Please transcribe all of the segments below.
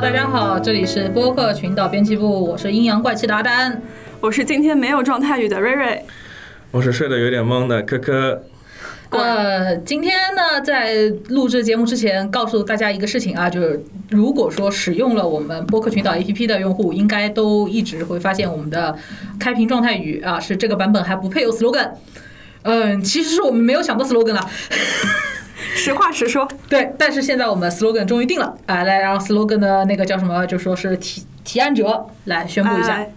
大家好，这里是播客群岛编辑部，我是阴阳怪气的阿丹。我是今天没有状态语的瑞瑞，我是睡得有点懵的科科，呃，今天呢，在录制节目之前，告诉大家一个事情啊，就是如果说使用了我们播客群岛 APP 的用户，应该都一直会发现我们的开屏状态语啊，是这个版本还不配有 slogan。嗯，其实是我们没有想到 slogan 了，实话实说，对，但是现在我们 slogan 终于定了啊，来让 slogan 的那个叫什么，就说是提提案者来宣布一下。 哎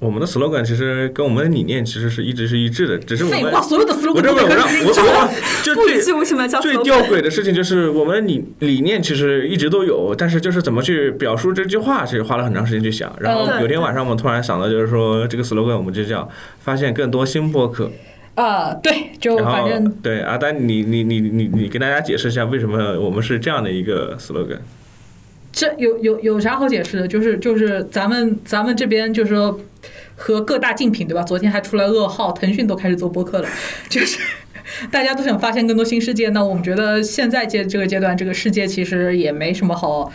我们的 slogan 其实跟我们的理念其实是一直是一致的，只是我废们话，所有的我 slogan 这都我让跟我我就不最语句为什么要叫最 slogan？吊诡的事情就是我们理理念其实一直都有，但是就是怎么去表述这句话，其实花了很长时间去想。然后嗯对有天晚上我们突然想到，就是说这个 slogan 我们就叫发现更多新播客。啊，对，就然反后正对阿丹，你你你你你你跟大家解释一下为什么我们是这样的一个 slogan。这有有有啥好解释的？就是就是咱们咱们这边就是说和各大竞品对吧？昨天还出来噩耗，腾讯都开始做播客了， 就是大家都想发现更多新世界。那我们觉得现在阶这个阶段，这个世界其实也没什么好。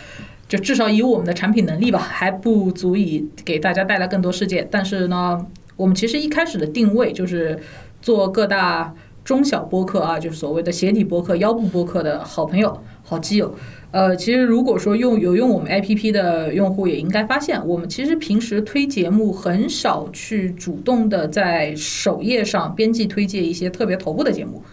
就至少以我们的产品能力吧，还不足以给大家带来更多世界。但是呢，我们其实一开始的定位就是做各大中小播客啊，就是所谓的鞋底播客、腰部播客的好朋友、好基友。呃，其实如果说用有用我们 APP 的用户，也应该发现，我们其实平时推节目很少去主动的在首页上编辑推介一些特别头部的节目，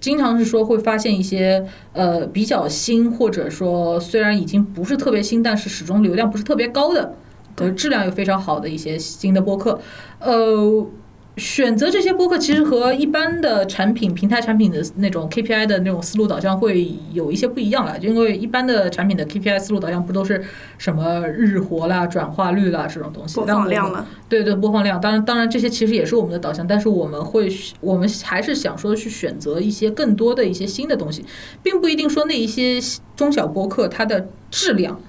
经常是说会发现一些呃比较新，或者说虽然已经不是特别新，但是始终流量不是特别高的，呃，质量又非常好的一些新的播客，呃。选择这些播客其实和一般的产品、平台产品的那种 KPI 的那种思路导向会有一些不一样了，因为一般的产品的 KPI 思路导向不都是什么日活啦、转化率啦这种东西，播但我放们量了，对对，播放量，当然当然这些其实也是我们的导向，但是我们会我们还是想说去选择一些更多的一些新的东西，并不一定说那一些中小播客它的质量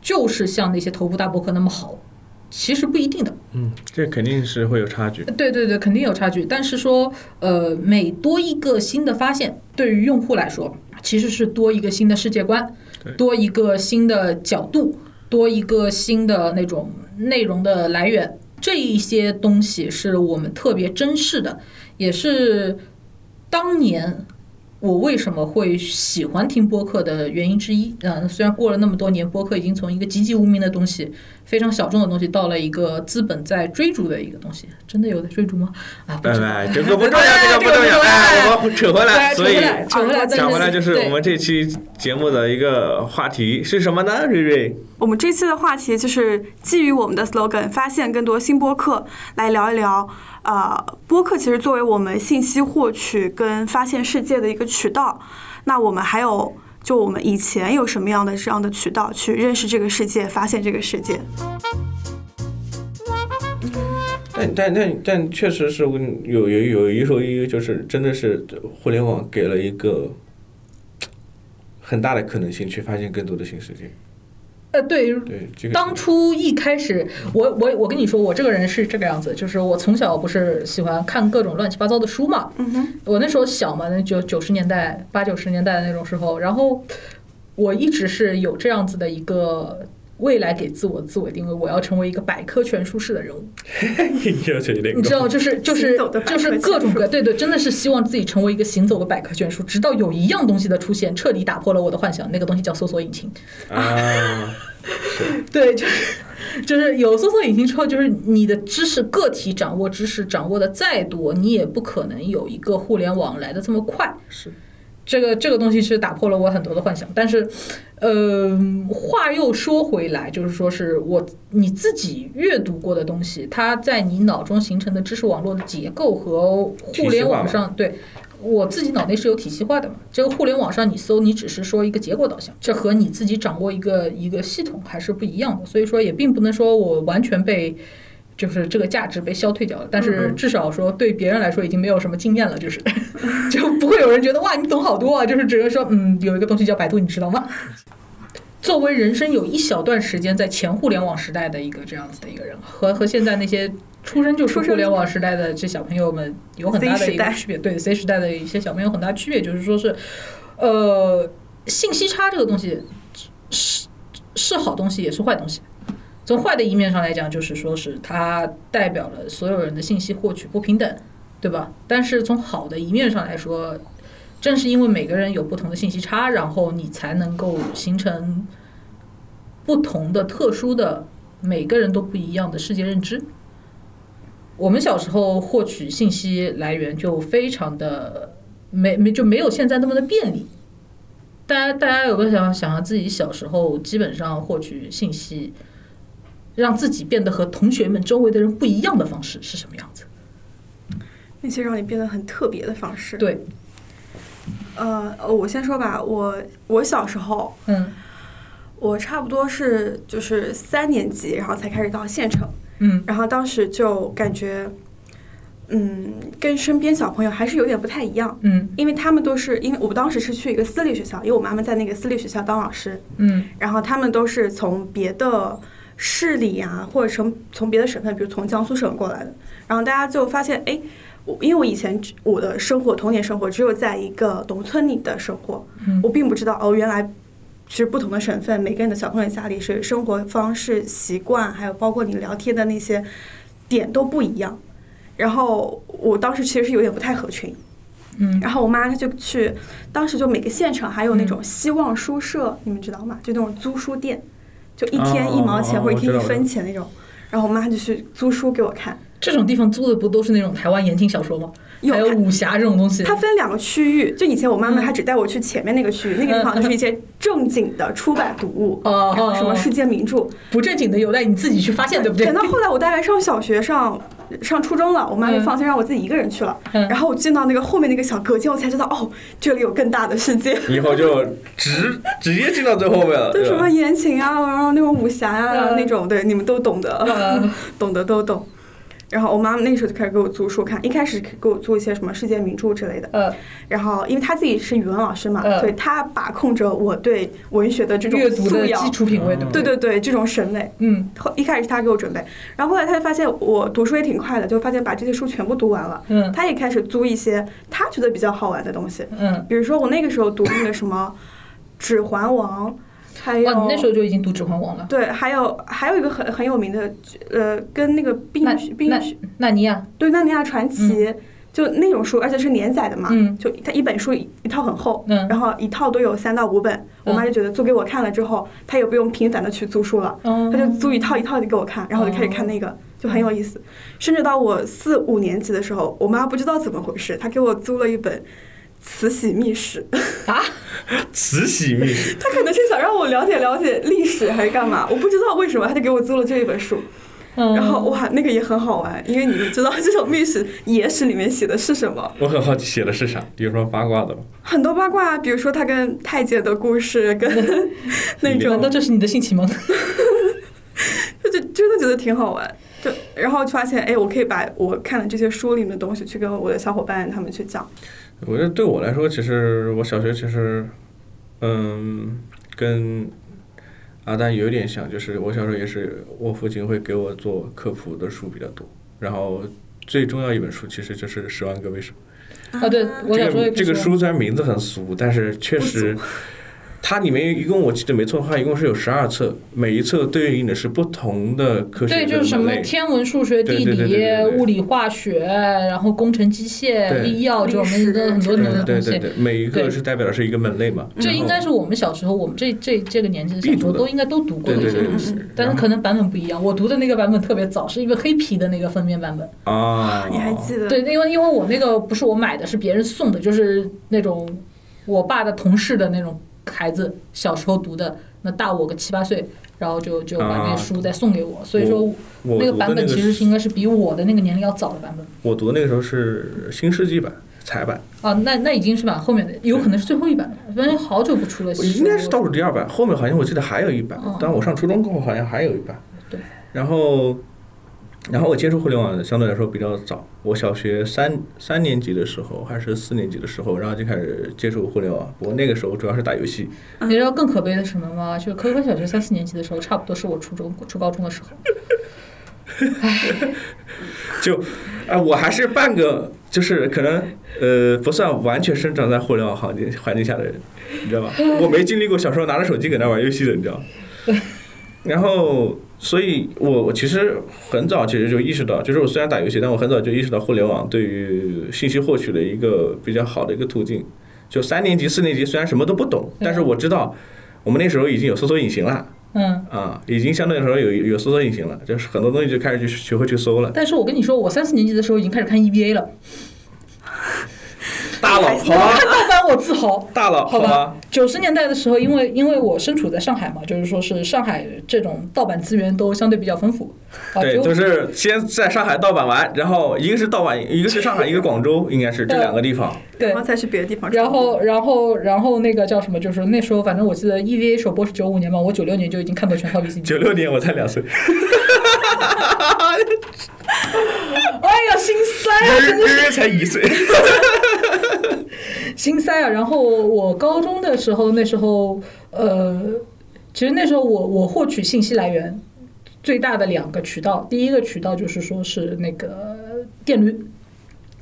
就是像那些头部大播客那么好，其实不一定的。嗯，这肯定是会有差距。呃对对对，肯定有差距。但是说，呃，每多一个新的发现，对于用户来说，其实是多一个新的世界观对，多一个新的角度，多一个新的那种内容的来源。这一些东西是我们特别珍视的，也是当年我为什么会喜欢听播客的原因之一。嗯，虽然过了那么多年，播客已经从一个籍籍无名的东西，非常小众的东西，到了一个资本在追逐的一个东西。真的有在追逐吗？啊，不拜知道。拜，这个不重要，这个不重要。哎，我们扯回来，所以啊对扯回来，讲回来但就是我们这期节目的一个话题是什么呢？瑞瑞，我们这期的话题就是基于我们的 slogan，发现更多新播客，来聊一聊。呃，播客其实作为我们信息获取跟发现世界的一个渠道，那我们还有就我们以前有什么样的这样的渠道去认识这个世界，发现这个世界？但但但但确实是有有有一说一，就是真的是互联网给了一个很大的可能性去发现更多的新世界。呃，对，对，这个当 初一开始，我我我跟你说，我这个人是这个样子，就是我从小不是喜欢看各种乱七八糟的书嘛。嗯哼，我那时候小嘛，那九九十年代八九十年代的那种时候，然后我一直是有这样子的一个未来给自我自我定位，我要成为一个百科全书式的人物。要求有点你知道，就是就是行走的百科就全书是各种各对对，真的是希望自己成为一个行走的百科全书，直到有一样东西的出现，彻底打破了我的幻想。那个东西叫搜索引擎。啊， 对，就是就是有搜索引擎之后，就是你的知识个体掌握知识掌握的再多，你也不可能有一个互联网来的这么快。是这个这个东西是打破了我很多的幻想，但是，呃，话又说回来，就是说是我你自己阅读过的东西，它在你脑中形成的知识网络的结构和互联网上对。我自己脑内是有体系化的嘛？这个互联网上你搜，你只是说一个结果导向，这和你自己掌握一个一个系统还是不一样的。所以说也并不能说我完全被就是这个价值被消退掉了，但是至少说对别人来说已经没有什么经验了，就是 就不会有人觉得哇你懂好多啊，就是只能说嗯有一个东西叫百度，你知道吗？作为人生有一小段时间在前互联网时代的一个这样子的一个人，和和现在那些出生就是出生互联网时代的这小朋友们有很大 Z 的时一代个区别，对 C 时代的一些小朋友有很大区别，就是说是呃信息差这个东西是是好东西也是坏东西。从坏的一面上来讲，就是说是它代表了所有人的信息获取不平等，对吧？但是从好的一面上来说，正是因为每个人有不同的信息差，然后你才能够形成不同的、特殊的、每个人都不一样的世界认知。我们小时候获取信息来源就非常的没没就没有现在那么的便利。大家大家有没有想想象自己小时候基本上获取信息，让自己变得和同学们周围的人不一样的方式是什么样子？那些让你变得很特别的方式。对，呃，呃我先说吧，我我小时候，嗯我差不多是就是三年级，然后才开始到县城，嗯然后当时就感觉，嗯，跟身边小朋友还是有点不太一样，嗯因为他们都是因为我当时是去一个私立学校，因为我妈妈在那个私立学校当老师，嗯然后他们都是从别的市里啊，或者从从别的省份，比如从江苏省过来的。然后大家就发现，哎，我因为我以前只我的生活童年生活只有在一个农村里的生活，嗯我并不知道哦，原来其实不同的省份，每个人的小朋友家里是生活方式、习惯，还有包括你聊天的那些点都不一样。然后我当时其实是有点不太合群，嗯然后我妈她就去，当时就每个县城还有那嗯种希望书社，你们知道吗？就那种租书店，就一天一毛钱、哦哦哦或者一天一我知道分钱那种。然后我妈就去租书给我看，这种地方租的不都是那种台湾言情小说吗？有还有武侠这种东西。它分两个区域，就以前我妈妈嗯她只带我去前面那个区域，那个地方就是一些正经的出版读物，哦然后什哦么哦世界名著。不正经的有待你自己去发现，对不对等？到后来我大概上小学上上初中了，我妈就嗯放心让我自己一个人去了。嗯然后我进到那个后面那个小隔间，我才知道哦，这里有更大的世界。以后就直直接进到最后面了，就对什么吧？言情啊，然后那种武侠啊，嗯那种对，你们都懂的，嗯 懂的都懂。然后我妈妈那时候就开始给我租书看，一开始给我租一些什么世界名著之类的。呃，然后因为她自己是语文老师嘛，嗯所以她把控着我对文学的这种阅读素的养基，础品味，对不对对，对对，这种审美。嗯后一开始是她给我准备，然后后来她就发现我读书也挺快的，就发现把这些书全部读完了。嗯她也开始租一些她觉得比较好玩的东西，嗯。比如说我那个时候读那个什么《指环王》，还有哇，哦你那时候就已经读《指环王》了？对，还有还有一个很很有名的，呃，跟那个冰那雪冰那雪那尼亚，对《纳尼亚传奇》就那种书，而且是连载的嘛，嗯就它一本书一一套很厚，嗯然后一套都有三到五本。我妈就觉得租给我看了之后，她也不用频繁的去租书了，哦她就租一套一套的给我看，然后我就开始看那个。就很有意思，甚至到我四五年级的时候，我妈不知道怎么回事，她给我租了一本《慈禧秘史》， 啊，慈禧秘史。他可能是想让我了解了解历史还是干嘛，我不知道为什么他就给我租了这一本书，嗯然后哇，那个也很好玩，因为你们知道这种历史野史里面写的是什么，我很好奇写的是啥，有什么八卦的吗？很多八卦，比如说他跟太监的故事， 跟那难种道，这是你的性启蒙？啊就就真的觉得挺好玩。就然后就发现，哎，我可以把我看的这些书里面的东西去跟我的小伙伴他们去讲。我觉得对我来说，其实我小学其实，嗯，跟阿丹有点像，就是我小时候也是，我父亲会给我做科普的书比较多，然后最重要一本书其实就是《十万个为什么啊，对，我小这时候也个不这个说书虽然名字很俗，但是确实， 它里面一共我记得没错的话，一共是有十二册，每一册对应的是不同的科学对，的就是什门么类天文、数学、对地对对对对理、对物理、化学，然后工程、机械、对医药，就我们的很多历很史多的东对嗯对西。对，每一个对是代表的是一个门类嘛。这然后应该是我们小时候，我们这这这个年纪的小必说读的都应该都读过对的一对些对东西，对，但是可能版本不一样。我读的那个版本特别早，是一个黑皮的那个封面版本。啊，你还记得？对，因为因为我那个不是我买的，是别人送的，就是那种我爸的同事的那种孩子小时候读的，那大我个七八岁，然后就就把那啊书再送给我，所以说那我读个的版本那个其实是应该是比我的那个年龄要早的版本我读的那个时候是新世纪版彩版，啊，那那已经是版后面的，有可能是最后一版了，反正好久不出了。我应该是倒数第二版，后面好像我记得还有一版哦，但我上初中过后好像还有一版。对。然后，然后我接触互联网相对来说比较早，我小学三三年级的时候还是四年级的时候，然后就开始接触互联网。不过那个时候主要是打游戏，你知道更可悲的是什么吗？就是科科小学三四年级的时候，差不多是我初中、初高中的时候。就，哎，我还是半个，就是可能，呃，不算完全生长在互联网环境环境下的人，你知道吧？我没经历过小时候拿着手机搁那玩游戏的，你知道吗？然后，所以我我其实很早其实就意识到，就是我虽然打游戏，但我很早就意识到互联网对于信息获取的一个比较好的一个途径。就三年级、四年级虽然什么都不懂，但是我知道我们那时候已经有搜索引擎了嗯，啊，已经相对来说有有搜索引擎了，就是很多东西就开始去学会去搜了。但是我跟你说，我三四年级的时候已经开始看 EVA 了， 大佬，好吗？看完我自豪。大 佬，好好吗？九十年代的时候，因为因为我身处在上海嘛，就是说是上海这种盗版资源都相对比较丰富，啊，对，就就是先在上海盗版玩，然后一个是盗版，一个是上海，一个广州，应该是这两个地方。 对然后，再去别的地方。然后，然后，然后那个叫什么？就是那时候，反正我记得 EVA 首播是九五年嘛，我九六年就已经看过全套 VCD。九六年我才 两岁，哎呀，心塞啊，真的因为才一岁。 心塞啊！然后我高中的时候，那时候呃，其实那时候我我获取信息来源最大的两个渠道，第一个渠道就是说是那个电驴，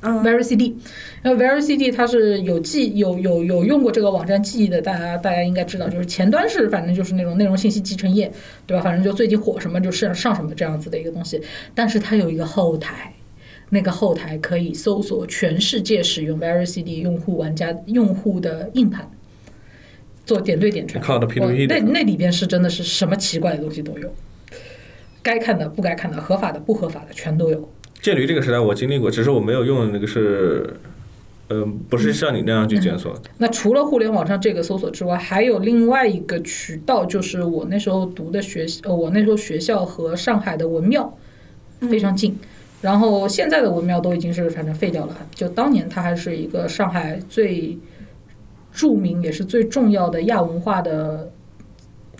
嗯， Vero CD，那 Vero CD 它是有记有有有用过这个网站记忆的，大家大家应该知道，就是前端是反正就是那种内容信息集成页，对吧？反正就最近火什么就上上什么这样子的一个东西，但是它有一个后台。那个后台可以搜索全世界使用 Vero CD 用户玩家用户的硬盘，做点对点传。靠的我 P2P 那的，那里边是真的是什么奇怪的东西都有，该看的、不该看的、合法的、不合法的全都有。剑驴这个时代我经历过，只是我没有用的那个是，嗯、不是像你那样去检索。那除了互联网上这个搜索之外，还有另外一个渠道，就是我那时候读的学，呃，我那时候学校和上海的文庙非常近。然后现在的文庙都已经是反正废掉了，就当年它还是一个上海最著名也是最重要的亚文化的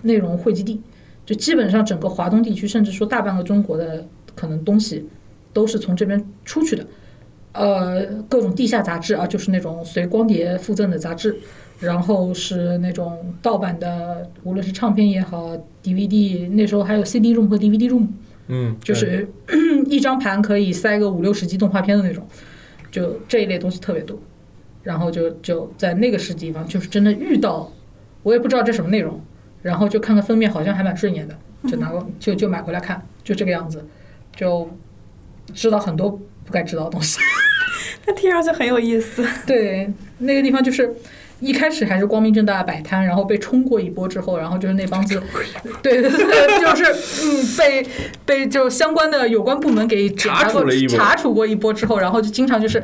内容汇集地，就基本上整个华东地区，甚至说大半个中国的可能东西都是从这边出去的。呃，各种地下杂志啊，就是那种随光碟附赠的杂志，然后是那种盗版的，无论是唱片也好，DVD，那时候还有 CD room 和 DVD room，嗯，就是 一张盘可以塞个五六十集动画片的那种，就这一类东西特别多。然后就就在那个时地方，就是真的遇到，我也不知道这什么内容，然后就看看封面好像还蛮顺眼的，就拿过就就买回来看，就这个样子，就知道很多不该知道的东西。那听上去很有意 思。 对，那个地方就是一开始还是光明正大的摆摊，然后被冲过一波之后，然后就是那帮子，对 对对，就是嗯，被被就相关的有关部门给检查查过处了一波查处过一波之后，然后就经常就是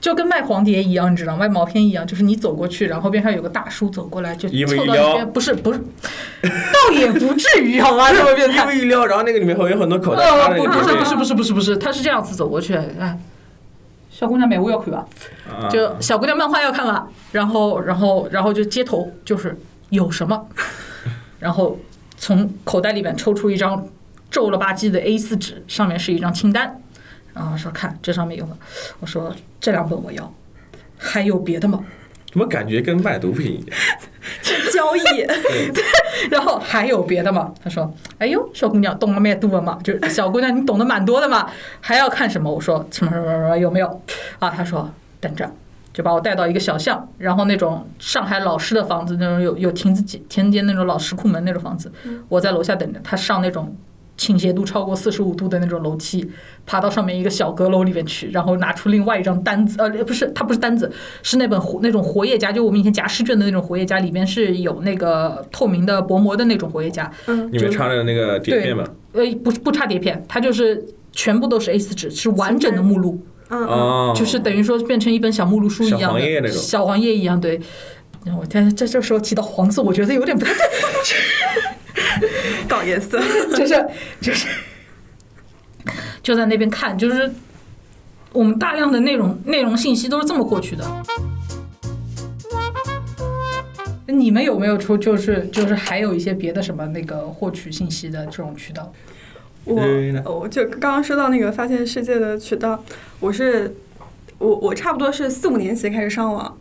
就跟卖黄碟一样，你知道，卖毛片一样，就是你走过去，然后边上有个大叔走过来，就一围凑一到撩那边，不是不是，倒也不至于好 吗？这么变态因。为一撩，然后那个里面会有很多口袋插呃，着一不堆不是这不是不是个不是不是，他是这样子走过去，哎，小姑娘买物要看吧？啊就小姑娘漫画要看了，然后然后然后就街头就是有什么，然后从口袋里面抽出一张皱了吧唧的 A 4纸，上面是一张清单，然后说看这上面有吗？我说这两本我要，还有别的吗？怎么感觉跟卖毒品一样？交易，然后还有别的吗？他说：“哎呦，小姑娘懂了没读文嘛？就是小姑娘，你懂得蛮多的嘛，还要看什么？”我说：“什么什么什么有没有？”啊，他说：“等着。”就把我带到一个小巷，然后那种上海老师的房子，那种有有亭子几田间那种老石库门那种房子，我在楼下等着他上那种倾斜度超过四十五度的那种楼梯，爬到上面一个小阁楼里面去，然后拿出另外一张单子，呃，不是，它不是单子，是那本活那种活页夹，就我们以前夹试卷的那种活页夹，里边是有那个透明的薄膜的那种活页夹，你们插着那个碟片嘛？呃，不不差碟片，它就是全部都是 A 4纸，是完整的目录，嗯，嗯哦，就是等于说变成一本小目录书一样的小黄页那种小黄页一样，对。然后我天，这这时候提到黄字，我觉得有点不太对，搞颜色，就是就是就在那边看，就是我们大量的内容内容信息都是这么获取的。你们有没有出就是就是还有一些别的什么那个获取信息的这种渠道？我呃对的我就刚刚说到那个发现世界的渠道，我是我我差不多是四五年级开始上网，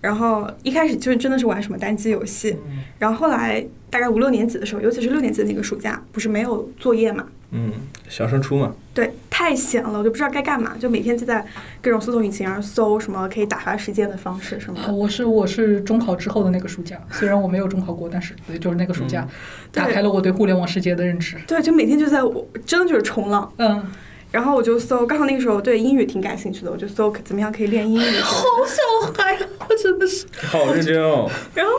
然后一开始就真的是玩什么单机游戏，然后后来大概五六年级的时候，尤其是六年级的那个暑假，不是没有作业嘛，嗯，小升初嘛，对，太闲了，我就不知道该干嘛，就每天就在各种搜索引擎上搜什么可以打发时间的方式什么的。啊我是我是中考之后的那个暑假，虽然我没有中考过，但是对就是那个暑假、对打开了我对互联网世界的认知。对，就每天就在我真的就是冲浪，嗯，然后我就搜，刚好那个时候我对英语挺感兴趣的，我就搜怎么样可以练英语。小孩啊，真的是。好认真 哦，然后，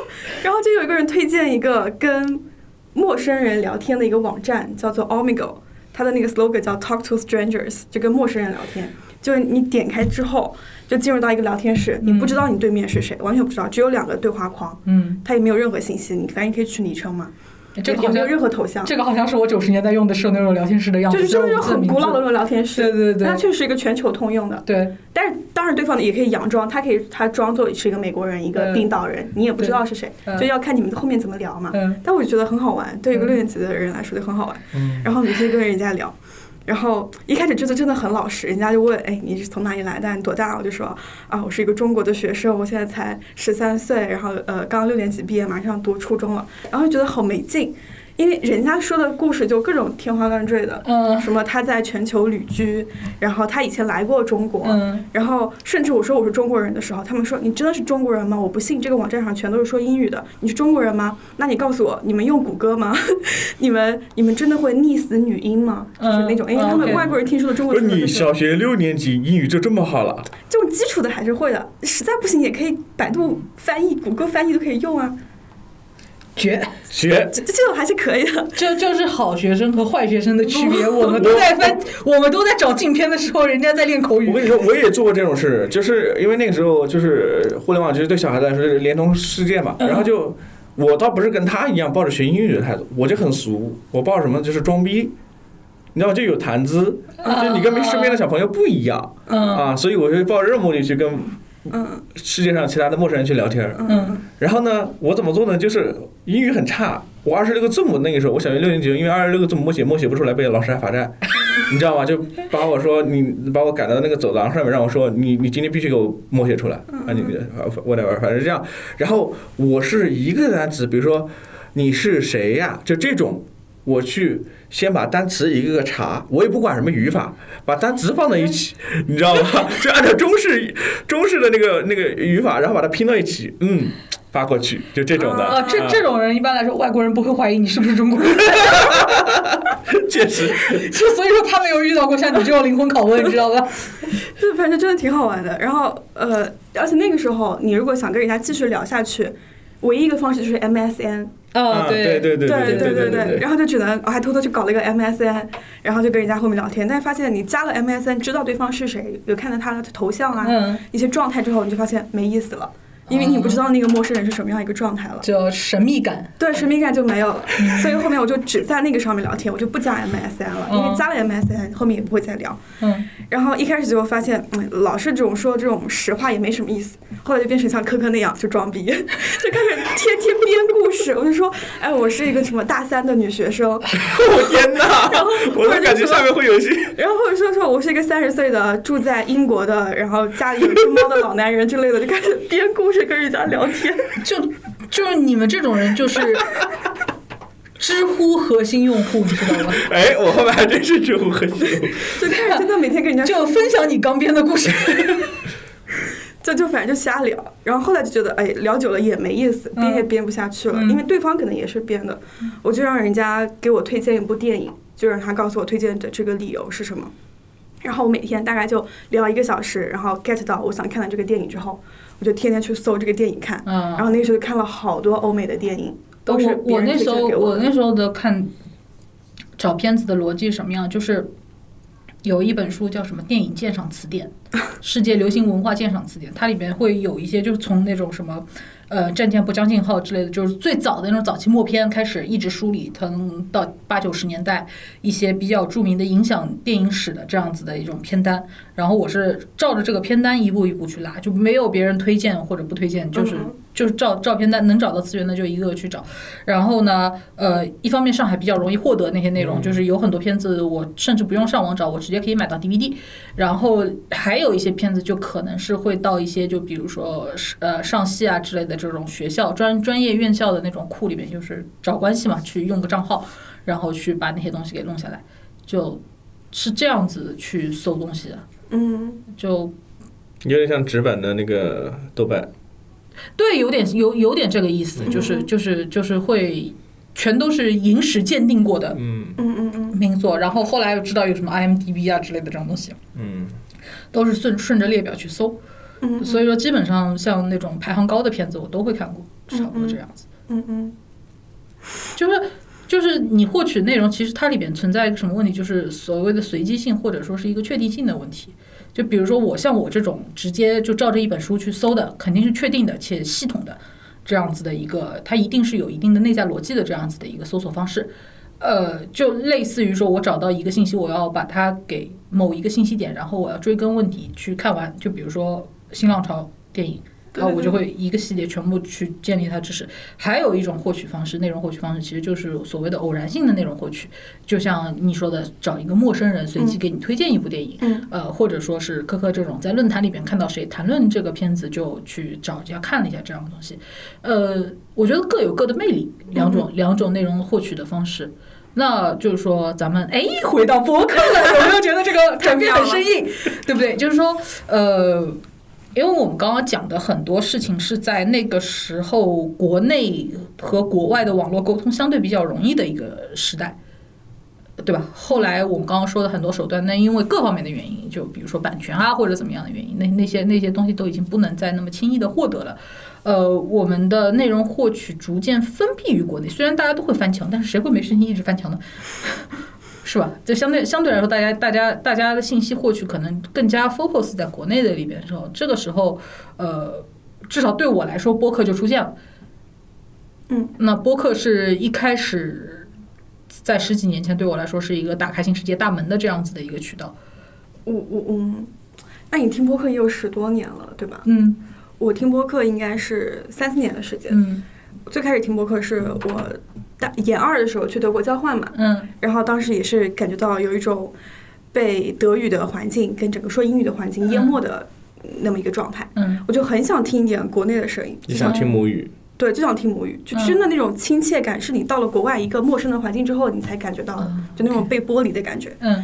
然后就有一个人推荐一个跟陌生人聊天的一个网站，叫做 Omigo，它的那个 slogan 叫 Talk to Strangers，就跟陌生人聊天。就是你点开之后，就进入到一个聊天室，你不知道你对面是谁，完全不知道，只有两个对话框，嗯，它也没有任何信息，你反正可以取昵称嘛，这个也好没有像任何头像，这个好像是我九十年代用的社那种聊天室的样子，就是真的是就我很名古老的那字。种聊天室。对对它对确实是一个全球通用的，对，但是当然对方也可以佯装，他可以他装作是一个美国人，一个嗯冰岛人，你也不知对道是谁，嗯就要看你们后面怎么聊嘛。嗯，但我就觉得很好玩，对一个嗯六年级的人来说就很好玩。嗯，然后每天跟人家聊，然后一开始觉得真的很老实，人家就问：“哎，你是从哪里来的？你多大？”我就说：“啊，我是一个中国的学生，我现在才十三岁，然后呃，刚六年级毕业，马上读初中了。”然后就觉得好没劲，因为人家说的故事就各种天花乱坠的，嗯什么他在全球旅居，然后他以前来过中国，嗯然后甚至我说我是中国人的时候，他们说你真的是中国人吗？我不信，这个网站上全都是说英语的，你是中国人吗？那你告诉我，你们用谷歌吗？ 你们你们真的会溺死女婴吗？就是那种，嗯因为他嗯们，OK 外国人听说的中不国是真的你就是小学六年级英语就这么好了？这种基础的还是会的，实在不行也可以百度翻译、谷歌翻译都可以用啊，绝！ 学这这种还是可以的。这就是好学生和坏学生的区别。我们我都在翻，我们都在找镜片的时候，人家在练口我语跟。你说，我也做过这种事，就是因为那个时候就是互联网，其实对小孩子来说是联通世界嘛。然后就我倒不是跟他一样抱着学英语的态度，我就很俗，我抱着什么就是装逼，你知道吗就有谈资，就你跟身边的小朋友不一样嗯啊，所以我就抱着这种目的去跟嗯世界上其他的陌生人去聊天儿。嗯然后呢，我怎么做呢？就是英语很差，我二十六个字母那个时候，我小学六年级，因为二十六个字母默写默写不出来，被老师还罚站，你知道吗？就把我说你把我赶到那个走廊上面，让我说你你今天必须给我默写出来啊！你 whatever，反正是这样。然后我是一个单词，比如说你是谁呀？就这种。我去先把单词一个个查，我也不管什么语法，把单词放在一起，你知道吗？就按照中式中式的那个那个语法，然后把它拼到一起，嗯，发过去，就这种的。啊，这这种人一般来说，外国人不会怀疑你是不是中国人。 种确实，是所以说他没有遇到过像你这种灵魂拷问，你知道吧？啊对，反正真的挺好玩的。然后呃，而且那个时候你如果想跟人家继续聊下去，唯一一个方式就是 MSN。啊，啊，对对对对对对对然后就只能哦我还偷偷去搞了一个 MSN，然后就跟人家后面聊天，但是发现你加了 MSN，知道对方是谁，有看到他的头像啊、嗯，一些状态之后，你就发现没意思了，因为你哦不知道那个陌生人是什么样一个状态了。叫神秘感。对，神秘感就没有了，所以后面我就只在那个上面聊天，我就不加 MSN 了，因嗯哦为加了 MSN 后面也不会再聊。 嗯，然后一开始就发现，嗯，老是这种说这种实话也没什么意思，后来就变成像科科那样就装逼，就 开始天天编故事。我就说，哎，我是一个什么大三的女学生，我天哪！我都感觉下面会有一些，然后或者说说我是一个三十岁的住在英国的，然后家里有一只猫的老男人之类的，就开始编故事跟人家聊天。就就是你们这种人，就是 知乎核心用户，你知道吗？ 哎，我后面还真是这种很久。就开始真的每天跟人家就分享你刚编的故事。就就反正就瞎聊，然后后来就觉得哎聊久了也没意思，嗯编也编不下去了，嗯因为对方可能也是编的，我就让人家给我推荐一部电影，就让他告诉我推荐的这个理由是什么，然后我每天大概就聊一个小时，然后 get 到我想看的这个电影之后，我就天天去搜这个电影看，嗯然后那时候就看了好多欧美的电影，都是我别我人那推时候荐给我的那时候的看找片子的逻辑是什么样？就是有一本书叫什么《电影鉴赏词典》《世界流行文化鉴赏词典》，它里面会有一些就是从那种什么。呃，战舰不将信号之类的，就是最早的那种早期默片开始，一直梳理，从到八九十年代一些比较著名的影响电影史的这样子的一种片单。然后我是照着这个片单一步一步去拉，就没有别人推荐或者不推荐，就是嗯哼就是照照片单能找到资源的就一个个去找。然后呢，呃，一方面上海比较容易获得那些内容，就是有很多片子我甚至不用上网找，我直接可以买到 DVD。然后还有一些片子就可能是会到一些就比如说是呃上戏啊之类的这种学校专专业院校的那种库里面，就是找关系嘛，去用个账号，然后去把那些东西给弄下来。就是这样子去搜东西的，嗯，就 有点像纸板的那个豆瓣，对，有点有有点这个意思，就是就是就是会全都是影史鉴定过的嗯嗯嗯嗯，名作，然后后来又知道有什么 IMDB 啊之类的这种东西，嗯都是顺顺着列表去搜，嗯，所以说基本上像那种排行高的片子我都会看过，差不多这样子。嗯嗯就是就是你获取内容，其实它里边存在一个什么问题，就是所谓的随机性或者说是一个确定性的问题。就比如说我像我这种直接就照着一本书去搜的，肯定是确定的且系统的这样子的一个，它一定是有一定的内在逻辑的这样子的一个搜索方式。呃，就类似于说我找到一个信息，我要把它给某一个信息点，然后我要追根问底去看完。就比如说新浪潮电影，对然后我对就会一个系列全部去建立它知识。还有一种获取方式，内容获取方式其实就是所谓的偶然性的内容获取，就像你说的，找一个陌生人随机给你推荐一部电影，嗯呃，或者说是科科这种在论坛里边看到谁谈论这个片子，就去找一下看了一下这样的东西，呃，我觉得各有各的魅力，两种、两种内容获取的方式。那就是说，咱们哎，回到播客了，有没有觉得这个转变很生硬，对不对？就是说，呃，因为我们刚刚讲的很多事情是在那个时候国内和国外的网络沟通相对比较容易的一个时代，对吧？后来我们刚刚说的很多手段，那因为各方面的原因，就比如说版权啊或者怎么样的原因，那那些那些东西都已经不能再那么轻易的获得了。呃，我们的内容获取逐渐封闭于国内，虽然大家都会翻墙，但是谁会没事情一直翻墙呢？ 是吧？就相对相对来说，大家大家大家的信息获取可能更加 focus 在国内的里边的时候，这个时候，呃，至少对我来说，播客就出现了。嗯，那播客是一开始在十几年前对我来说是一个打开新世界大门的这样子的一个渠道。我我嗯，那你听播客也有十多年了，对吧？嗯我听播客应该是三四年的时间。嗯最开始听播客是我大研二的时候去德国交换嘛，嗯然后当时也是感觉到有一种被德语的环境跟整个说英语的环境淹没的那么一个状态，嗯我就很想听一点国内的声音，你想听母语，对，就想听母语，就嗯真的那种亲切感，是你到了国外一个陌生的环境之后，你才感觉到的，嗯就那种被剥离的感觉。嗯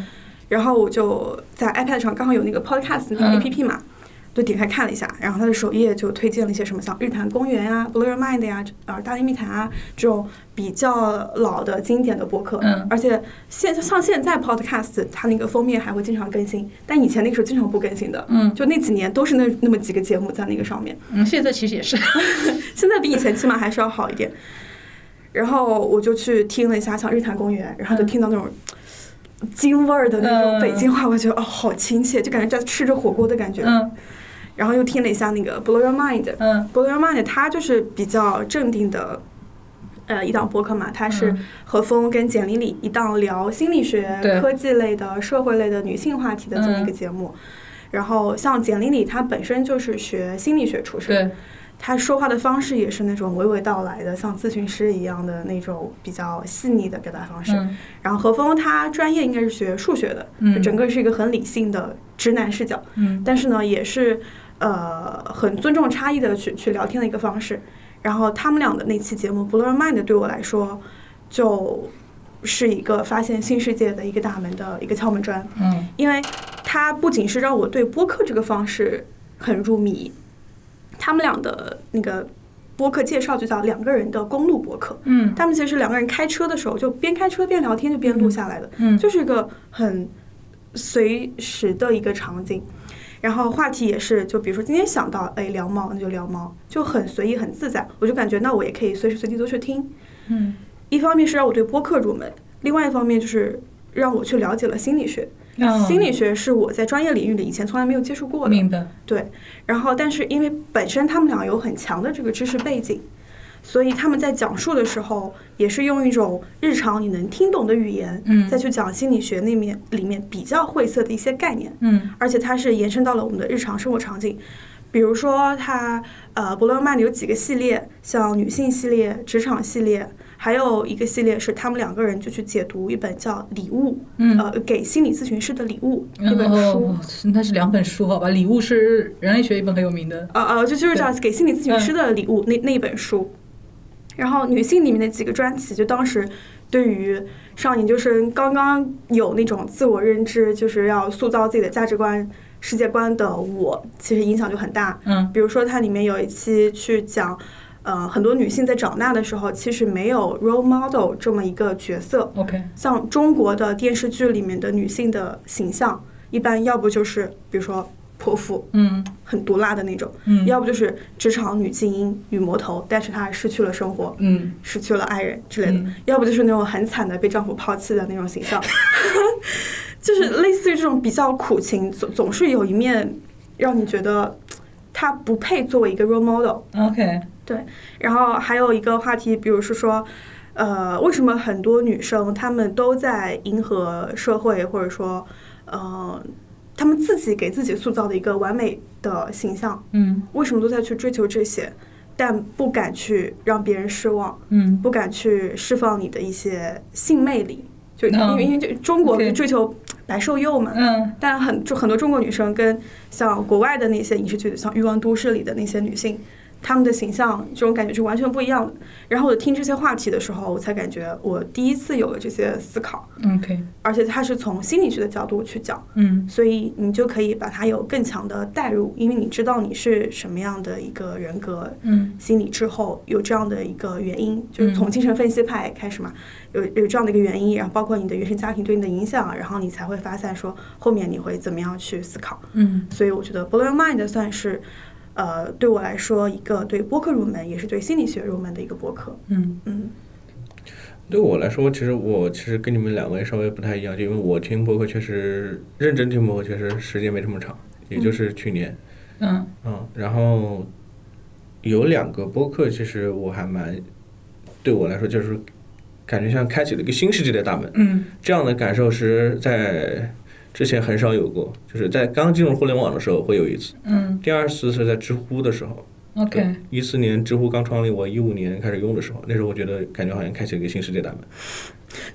然后我就在 iPad 上刚好有那个 Podcast 那嗯个 APP 嘛，就点开看了一下，然后它的首页就推荐了一些什么像日坛公园啊、Blur Mind 呀、啊、大内密谈啊这种比较老的经典的播客。嗯而且现像现在 Podcast 它那个封面还会经常更新，但以前那个时候经常不更新的，嗯就那几年都是那那么几个节目在那个上面。嗯，现在其实也是。现在比以前起码还是要好一点。然后我就去听了一下像日坛公园，然后就听到那种京味儿的那种嗯北京话，我觉得哦好亲切，就感觉在吃着火锅的感觉。嗯然后又听了一下那个 Blow Your Mind，Blow 嗯 Your Mind 它就是比较镇定的。呃，一档播客嘛，它是嗯何峰跟简丽丽一档聊心理学对、科技类的、社会类的女性话题的这么一个嗯节目。然后像简丽丽，她本身就是学心理学出身，对他说话的方式也是那种娓娓道来的，像咨询师一样的那种比较细腻的表达方式。嗯然后何峰他专业应该是学数学的，嗯就整个是一个很理性的直男视角，嗯但是呢也是呃很尊重差异的去去聊天的一个方式。然后他们俩的那期节目《Blur Mind》对我来说就是一个发现新世界的一个大门的一个敲门砖。嗯因为它不仅是让我对播客这个方式很入迷，他们俩的那个播客介绍就叫两个人的公路播客，嗯他们其实是两个人开车的时候就边开车边聊天就边录下来的，嗯就是一个很随时的一个场景。然后话题也是，就比如说今天想到，哎，聊猫，那就聊猫，就很随意、很自在。我就感觉，那我也可以随时随地都去听，嗯一方面是让我对播客入门，另外一方面就是让我去了解了心理学。嗯，心理学是我在专业领域里以前从来没有接触过的。哦明白。对，然后但是因为本身他们俩有很强的这个知识背景，所以他们在讲述的时候也是用一种日常你能听懂的语言，嗯再去讲心理学那面里面比较晦涩的一些概念。嗯而且它是延伸到了我们的日常生活场景，比如说它呃，伯乐曼有几个系列，像女性系列、职场系列，还有一个系列是他们两个人就去解读一本叫《礼物》嗯呃，给心理咨询师的礼物一然本书后。那是两本书，好吧？礼物是人类学一本很有名的，呃呃，就就是叫给心理咨询师的礼物那那一本书，然后女性里面的几个专题，就当时对于上研究生刚刚有那种自我认知，就是要塑造自己的价值观、世界观的我，其实影响就很大。嗯，比如说它里面有一期去讲，呃，很多女性在长大的时候其实没有 role model 这么一个角色， OK，像中国的电视剧里面的女性的形象，一般要不就是比如说泼妇，嗯很毒辣的那种，嗯要不就是职场女精英、女魔头，但是她失去了生活，嗯失去了爱人之类的；嗯要不就是那种很惨的被丈夫抛弃的那种形 象，就是类似于这种比较苦情，总总是有一面让你觉得她不配作为一个 role model。 ，OK，然后还有一个话题，比如是说，呃，为什么很多女生她们都在迎合社会，或者说，呃，她们自己给自己塑造的一个完美的形象，嗯为什么都在去追求这些，但不敢去让别人失望，嗯不敢去释放你的一些性魅力？就因嗯为因为就中国 OK 就追求白瘦幼嘛，嗯但很就很多中国女生跟像国外的那些影视剧，像《欲望都市》里的那些女性，她们的形象这种感觉是完全不一样的。然后我听这些话题的时候，我才感觉我第一次有了这些思考，嗯，OK，而且它是从心理学的角度去讲，嗯所以你就可以把它有更强的代入，因为你知道你是什么样的一个人格。嗯心理滞后有这样的一个原因，就是从精神分析派开始嘛，有有这样的一个原因，然后包括你的原生家庭对你的影响，然后你才会发散说后面你会怎么样去思考。嗯所以我觉得 Blow Your Mind 算是，呃，对我来说一个对播客入门，也是对心理学入门的一个播客。嗯嗯对我来说，其实我其实跟你们两位稍微不太一样，就因为我听播客确实认真听播客，确实时间没这么长，也就是去年，嗯嗯，然后有两个播客，其实我还蛮，对我来说就是感觉像开启了一个新世界的大门，嗯这样的感受是在之前很少有过，就是在刚进入互联网的时候会有一次，嗯第二次是在知乎的时候， ，OK，一四年知乎刚创立，我一五年开始用的时候，那时候我觉得感觉好像开启了一个新世界大门。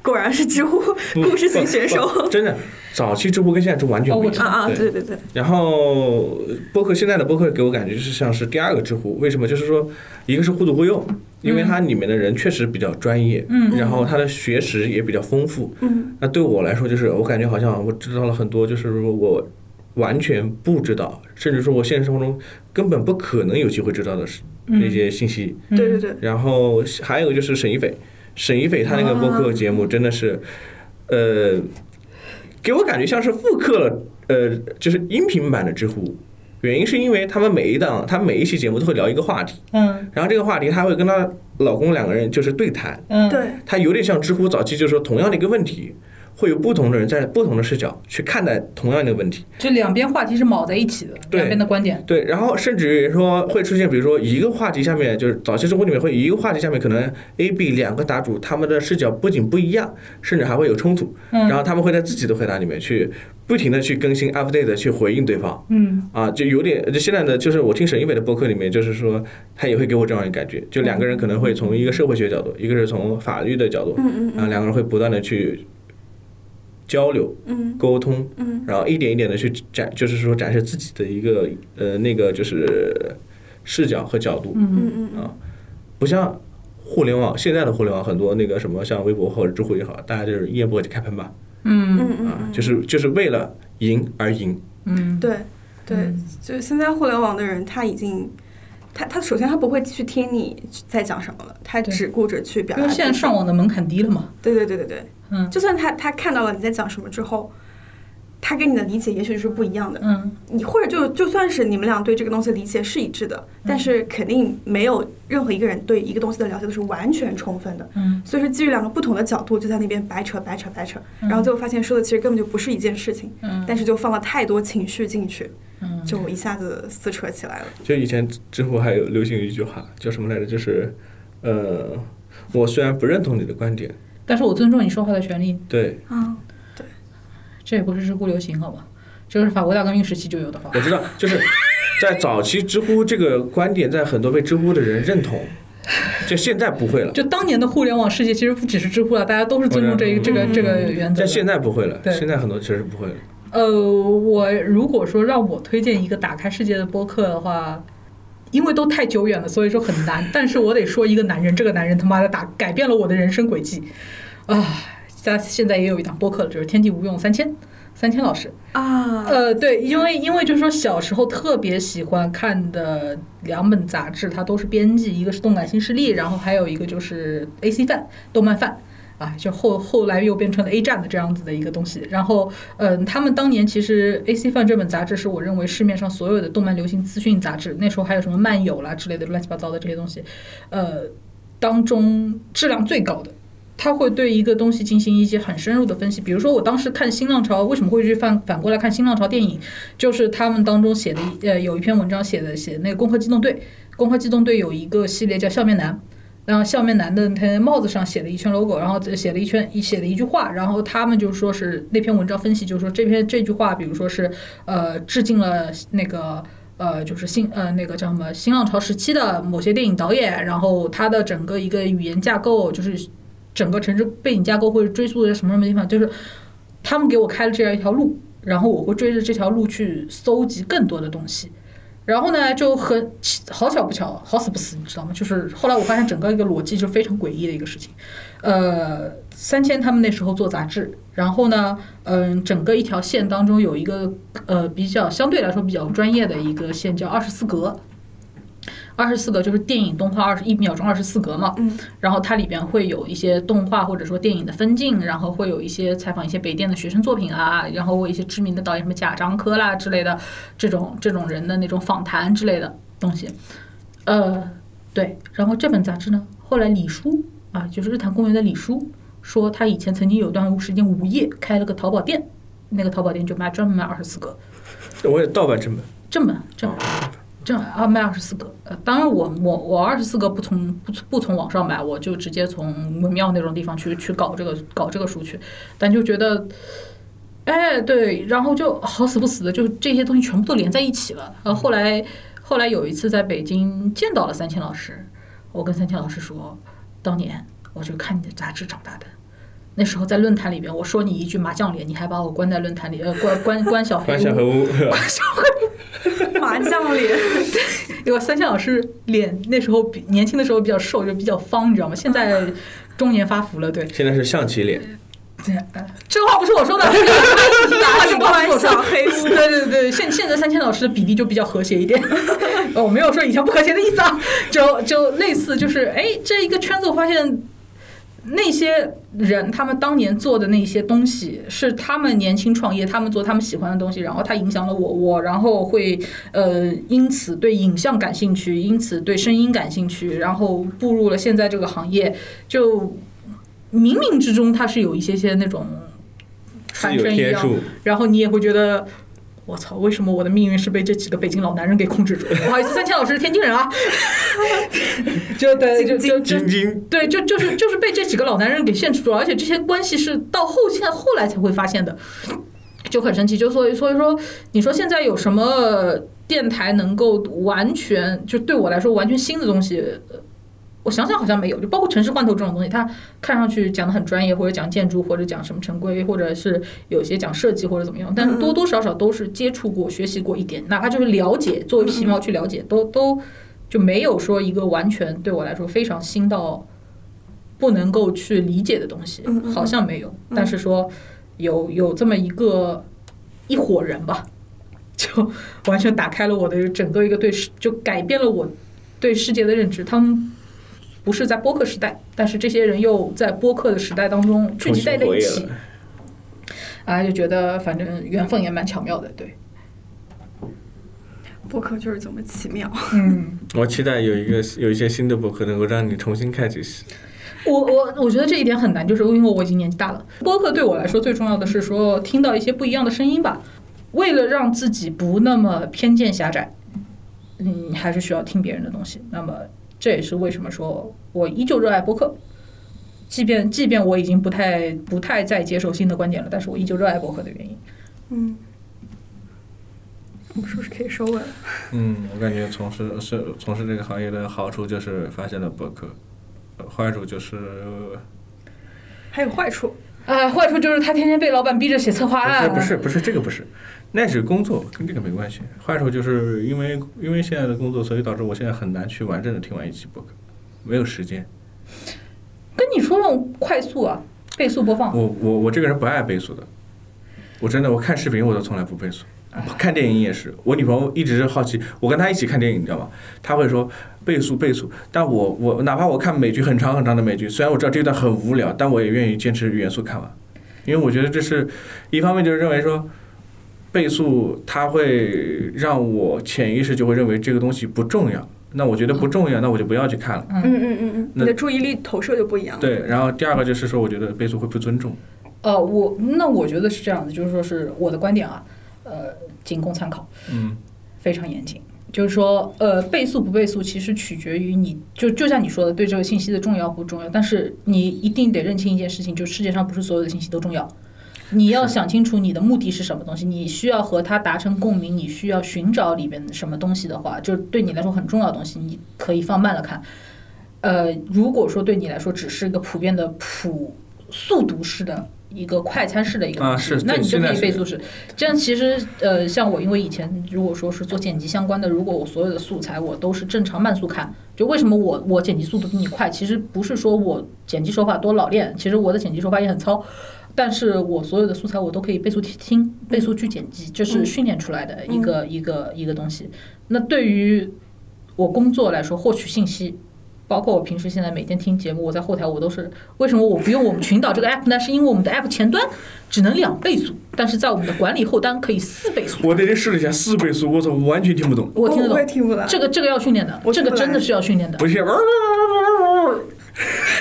果然是知乎不故事型选不不手。真的，早期知乎跟现在知乎完全哦不我一知样。啊啊，对对对对，然后播客现在的播客给我感觉就是像是第二个知乎，为什么？就是说，一个是互助互用，因为它里面的人确实比较专业，嗯然后他的学识也比较丰富。嗯那对我来说，就是哦我感觉好像我知道了很多，就是说我完全不知道，甚至说我现实生活中根本不可能有机会知道的事嗯那些信息。嗯对对对，然后还有就是沈一斐，沈一斐他那个播客节目真的是，呃，给我感觉像是复刻了，呃，就是音频版的知乎。原因是因为他们每一档，他每一期节目都会聊一个话题，嗯然后这个话题她会跟她老公两个人就是对谈，嗯对她有点像知乎早期就是说同样的一个问题，会有不同的人在不同的视角去看待同样的问题。就两边话题是卯在一起的，对两边的观点。对，然后甚至于说会出现，比如说一个话题下面就是早期知乎里面会一个话题下面可能 A、B 两个答主他们的视角不仅不一样，甚至还会有冲突，嗯然后他们会在自己的回答里面去不停的去更新 update 地去回应对方。嗯啊，就有点，就现在的就是我听沈一伟的播客里面，就是说他也会给我这样一个感觉，就两个人可能会从一个社会学角度，一个是从法律的角度，嗯嗯然后两个人会不断的去交流嗯沟通，嗯然后一点一点的去展，就是说展示自己的一个呃那个就是视角和角度，嗯嗯嗯，不像互联网现在的互联网很多那个什么像微博或者知乎也好，大家就是一言不合就开喷吧，嗯嗯嗯啊，就是就是为了赢而赢，嗯，对对，就是现在互联网的人，他已经，他他首先他不会去听你在讲什么了，他对只顾着去表因达为自己。现在上网的门槛低了嘛。对对对对对，嗯就算他他看到了你在讲什么之后，他跟你的理解也许是不一样的。嗯你或者就就算是你们俩对这个东西理解是一致的，嗯但是肯定没有任何一个人对一个东西的了解都是完全充分的。嗯所以说，基于两个不同的角度，就在那边白扯白扯白扯，然后最后发现说的其实根本就不是一件事情，嗯但是就放了太多情绪进去，嗯就一下子撕扯起来了。就以前知乎还有流行一句话叫什么来着，就是呃，我虽然不认同你的观点，但是我尊重你说话的权利，对啊，这也不是知乎流行，好吧？这个是法国大革命时期就有的话我。知道，就是在早期知乎这个观点，在很多被知乎的人认同，就现在不会了。就当年的互联网世界，其实不只是知乎了，大家 都是尊重这个这个这个原则嗯的。但现在不会了，对现在很多其实不会了。呃，我如果说让我推荐一个打开世界的播客的话，因为都太久远了，所以说很难。但是我得说一个男人，这个男人他妈的打改变了我的人生轨迹。啊，他现在也有一档播客了，就是《天地无用三千》，三千老师。啊，呃，对，因为因为就是说小时候特别喜欢看的两本杂志，它都是编辑，一个是《动感新势力》，然后还有一个就是《AC 范》动漫范。啊，就后后来又变成了 A 站的这样子的一个东西。然后，嗯，他们当年其实《AC 范》这本杂志是我认为市面上所有的动漫流行资讯杂志，那时候还有什么漫友啦之类的乱七八糟的这些东西，呃，当中质量最高的。他会对一个东西进行一些很深入的分析。比如说，我当时看新浪潮，为什么会去反反过来看新浪潮电影？就是他们当中写的一呃有一篇文章写的写的那个《攻壳机动队》，《攻壳机动队》有一个系列叫笑面男。然后笑面男的他帽子上写了一圈 logo，然后写了一圈写了一句话，然后他们就说是那篇文章分析，就是说这篇这句话，比如说是呃致敬了那个呃，就是新呃那个叫什么新浪潮时期的某些电影导演，然后他的整个一个语言架构，就是整个城市背景架构会追溯在什么什么地方，就是他们给我开了这样一条路，然后我会追着这条路去搜集更多的东西。然后呢，就很好巧不巧，好死不死，你知道吗？就是后来我发现整个一个逻辑就非常诡异的一个事情。呃，三千他们那时候做杂志，然后呢，嗯、整个一条线当中有一个呃比较相对来说比较专业的一个线叫二十四格。二十四格就是电影动画二十一秒钟二十四格嘛，嗯，然后它里边会有一些动画或者说电影的分镜，然后会有一些采访一些北电的学生作品啊，然后我一些知名的导演什么贾樟柯啦之类的这种这种人的那种访谈之类的东西，呃，对，然后这本杂志呢，后来李叔啊，就是日坛公园的李叔说他以前曾经有段时间无业开了个淘宝店，那个淘宝店就卖专门卖二十四格，我也盗版正本。正版正版。正啊，卖二十四个。呃，当然我我我二十四个不从不不从网上买，我就直接从文庙那种地方去去搞这个搞这个书去。但就觉得，哎，对，然后就好死不死的，就这些东西全部都连在一起了。然后后来后来有一次在北京见到了三千老师，我跟三千老师说，当年我就看你的杂志长大的。那时候在论坛里边，我说你一句麻将脸，你还把我关在论坛里，呃，关关关小黑关屋，下和屋， 关小黑麻将 脸，因为三千老师脸那时候比年轻的时候比较瘦，就比较方，你知道吗？现在中年发福了，对。现在是象棋嗯脸，这这话不是我说的， 这个是打这话不是我说小的。黑屋对对对，现现在三千老师的比例就比较和谐一点， 呃我没有说以前不和谐的意思啊， 就就类似就是，哎，这一个圈子我发现那些人他们当年做的那些东西，是他们年轻创业，他们做他们喜欢的东西，然后它影响了我，我然后会呃因此对影像感兴趣，因此对声音感兴趣，然后步入了现在这个行业，就冥冥之中它是有一些些那种是传有承啊一天样， 数。然后你也会觉得。我操！为什么我的命运是被这几个北京老男人给控制住？不好意思，三千老师是天津人啊， 就对，就就就晶晶，对，就就是就是被这几个老男人给限制住了，而且这些关系是到后现后来才会发现的，就很神奇。就所以所以说，你说现在有什么电台能够完全就对我来说完全新的东西？呃我想想好像没有，就包括城市罐头这种东西，它看上去讲的很专业，或者讲建筑，或者讲什么城规，或者是有些讲设计或者怎么样，但是多多少少都是接触过、学习过一点，哪怕就是了解，作为皮毛去了解，都都就没有说一个完全对我来说非常新到不能够去理解的东西嗯嗯，嗯好像没有。但是说有有这么一个一伙人吧， 就完全打开了我的整个一个对世，就改变了我对世界的认知。他们不是在播客时代，但是这些人又在播客的时代当中聚重集在新了回一忆起，了。啊，就觉得反正缘分也蛮巧妙的，对，播客就是这么奇妙。嗯。我期待有一个有一些新的博客能够让你重新开启。我我我觉得这一点很难，就是因为我已经年纪大了。播客对我来说最重要的是说听到一些不一样的声音吧，为了让自己不那么偏见狭窄，嗯，还是需要听别人的东西。那么这也是为什么说我依旧热爱播客，即便即便我已经不太不太再接受新的观点了，但是我依旧热爱播客的原因。嗯，我们是不是可以收尾了？嗯，我感觉从事是从事这个行业的好处就是发现了博客，呃坏处就是还有坏处，啊，坏处就是他天天被老板逼着写策划案，呃不是不是不哎是这个不是，那是工作，跟这个没关系。坏处就是因为因为现在的工作，所以导致我现在很难去完整的听完一期播客，没有时间。跟你说那种快速啊，倍速播放，我我我这个人不爱倍速的，我真的我看视频我都从来不倍速，看电影也是。我女朋友一直是好奇，我跟她一起看电影，你知道吗？她会说倍速倍速，但我我哪怕我看美剧很长很长的美剧，虽然我知道这段很无聊，但我也愿意坚持原速看完，因为我觉得这是一方面就是认为说。倍速它会让我潜意识就会认为这个东西不重要，那我觉得不重要，那我就不要去看了。嗯嗯嗯嗯，那你的注意力投射就不一样了。对，然后第二个就是说，我觉得倍速会不尊重。呃，我那我觉得是这样的，就是说是我的观点啊，呃，仅供参考。嗯，非常严谨。就是说，呃，倍速不倍速其实取决于你，就就像你说的，对这个信息的重要不重要。但是你一定得认清一件事情，就世界上不是所有的信息都重要。你要想清楚你的目的是什么东西，你需要和它达成共鸣，你需要寻找里边什么东西的话，就是对你来说很重要的东西，你可以放慢了看。呃，如果说对你来说只是一个普遍的普速读式的一个快餐式的一个啊东西是那对你就现可在以是倍速式。这样其实呃，像我因为以前如果说是做剪辑相关的，如果我所有的素材我都是正常慢速看，就为什么我我剪辑速度比你快？其实不是说我剪辑手法多老练，其实我的剪辑手法也很糙。但是我所有的素材我都可以倍速去听、倍速去剪辑，这是嗯训练出来的一个、一个一个东西。那对于我工作来说，获取信息，包括我平时现在每天听节目，我在后台我都是为什么我不用我们群岛这个 app 呢？是因为我们的 app 前端只能两倍速，但是在我们的管理后端可以四倍速。我那天试了一下四倍速，我操，我完全听不懂，我听得我也懂，听不来，这个这个要训练的我，这听个不来真的是要训练的。不是，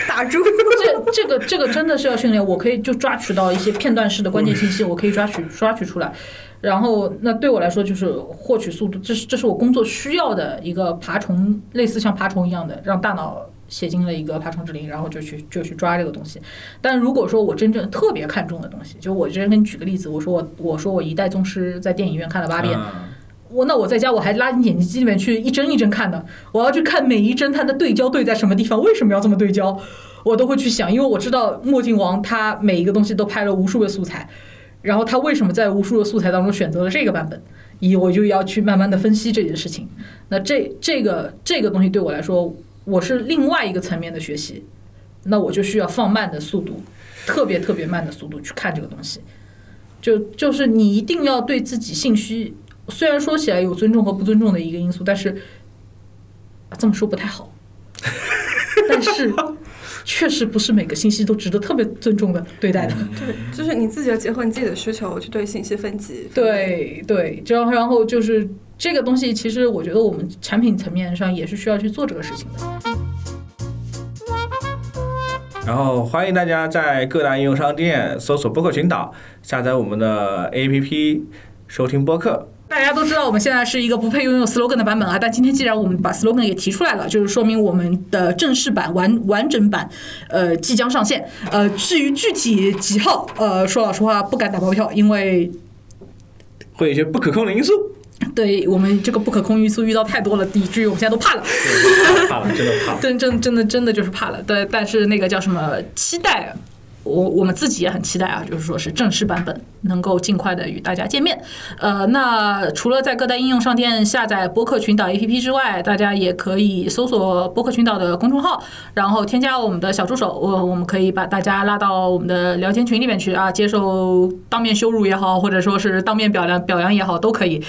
打住。 这这个这个真的是要训练，我可以就抓取到一些片段式的关键信息，我可以抓取抓取出来。然后，那对我来说就是获取速度，这是这是我工作需要的一个爬虫，类似像爬虫一样的，让大脑写进了一个爬虫指令，然后就去就去抓这个东西。但如果说我真正特别看重的东西，就我之前给你举个例子，我说我我说我一代宗师在电影院看了八遍，嗯我那我在家我还拉进剪辑机里面去一帧一帧看的，我要去看每一帧它的对焦对在什么地方，为什么要这么对焦，我都会去想，因为我知道墨镜王他每一个东西都拍了无数个素材，然后他为什么在无数个素材当中选择了这个版本，以我就要去慢慢的分析这件事情。那这这个这个东西对我来说，我是另外一个层面的学习，那我就需要放慢的速度，特别特别慢的速度去看这个东西。就就是你一定要对自己信息，虽然说起来有尊重和不尊重的一个因素，但是啊这么说不太好，但是确实不是每个信息都值得特别尊重的对待的。对，就是你自己要结合你自己的需求去对信息分级。，对对，然后然后就是这个东西，其实我觉得我们产品层面上也是需要去做这个事情的。然后欢迎大家在各大应用商店搜索播客群岛，下载我们的 APP 收听播客。大家都知道我们现在是一个不配拥有 slogan 的版本啊，但今天既然我们把 slogan 也提出来了，就是说明我们的正式版完完整版，呃，即将上线。呃，至于具体几号，呃，说老实话不敢打包票，因为会有一些不可控的因素，对我们这个不可控因素遇到太多了，以至于我们现在都怕了。 怕了，真的怕了。真真真的真的就是怕了，但但是那个叫什么期待，我我们自己也很期待啊，就是说是正式版本能够尽快的与大家见面。呃，那除了在各大应用商店下载播客群岛 APP 之外，大家也可以搜索播客群岛的公众号，然后添加我们的小助手，我我们可以把大家拉到我们的聊天群里面去啊，接受当面羞辱也好，或者说是当面表扬表扬也好，都可以。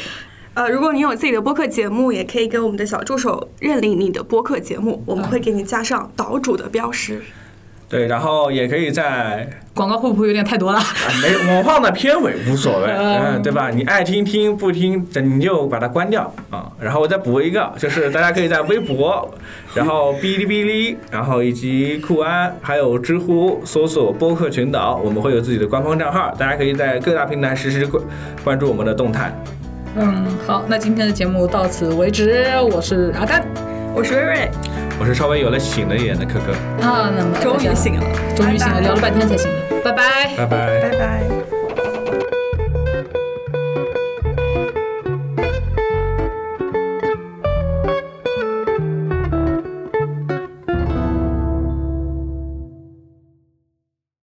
呃，如果你有自己的播客节目，也可以给我们的小助手认领你的播客节目，我们嗯会给你加上岛主的标识。对，然后也可以在广告会不会有点太多了？啊没我放到片尾无所谓，嗯嗯，对吧？你爱听听，不听你就把它关掉啊。然后我再补一个，就是大家可以在微博，然后哔哩哔哩，然后以及酷安，还有知乎搜索播客群岛，我们会有自己的官方账号，大家可以在各大平台实时关关注我们的动态。嗯，好，那今天的节目到此为止，我是阿甘我是瑞瑞，我是稍微有了醒了一点的可可，啊，那么终于醒了，终于醒了，拜拜聊了半天才醒了，拜拜拜拜。拜拜。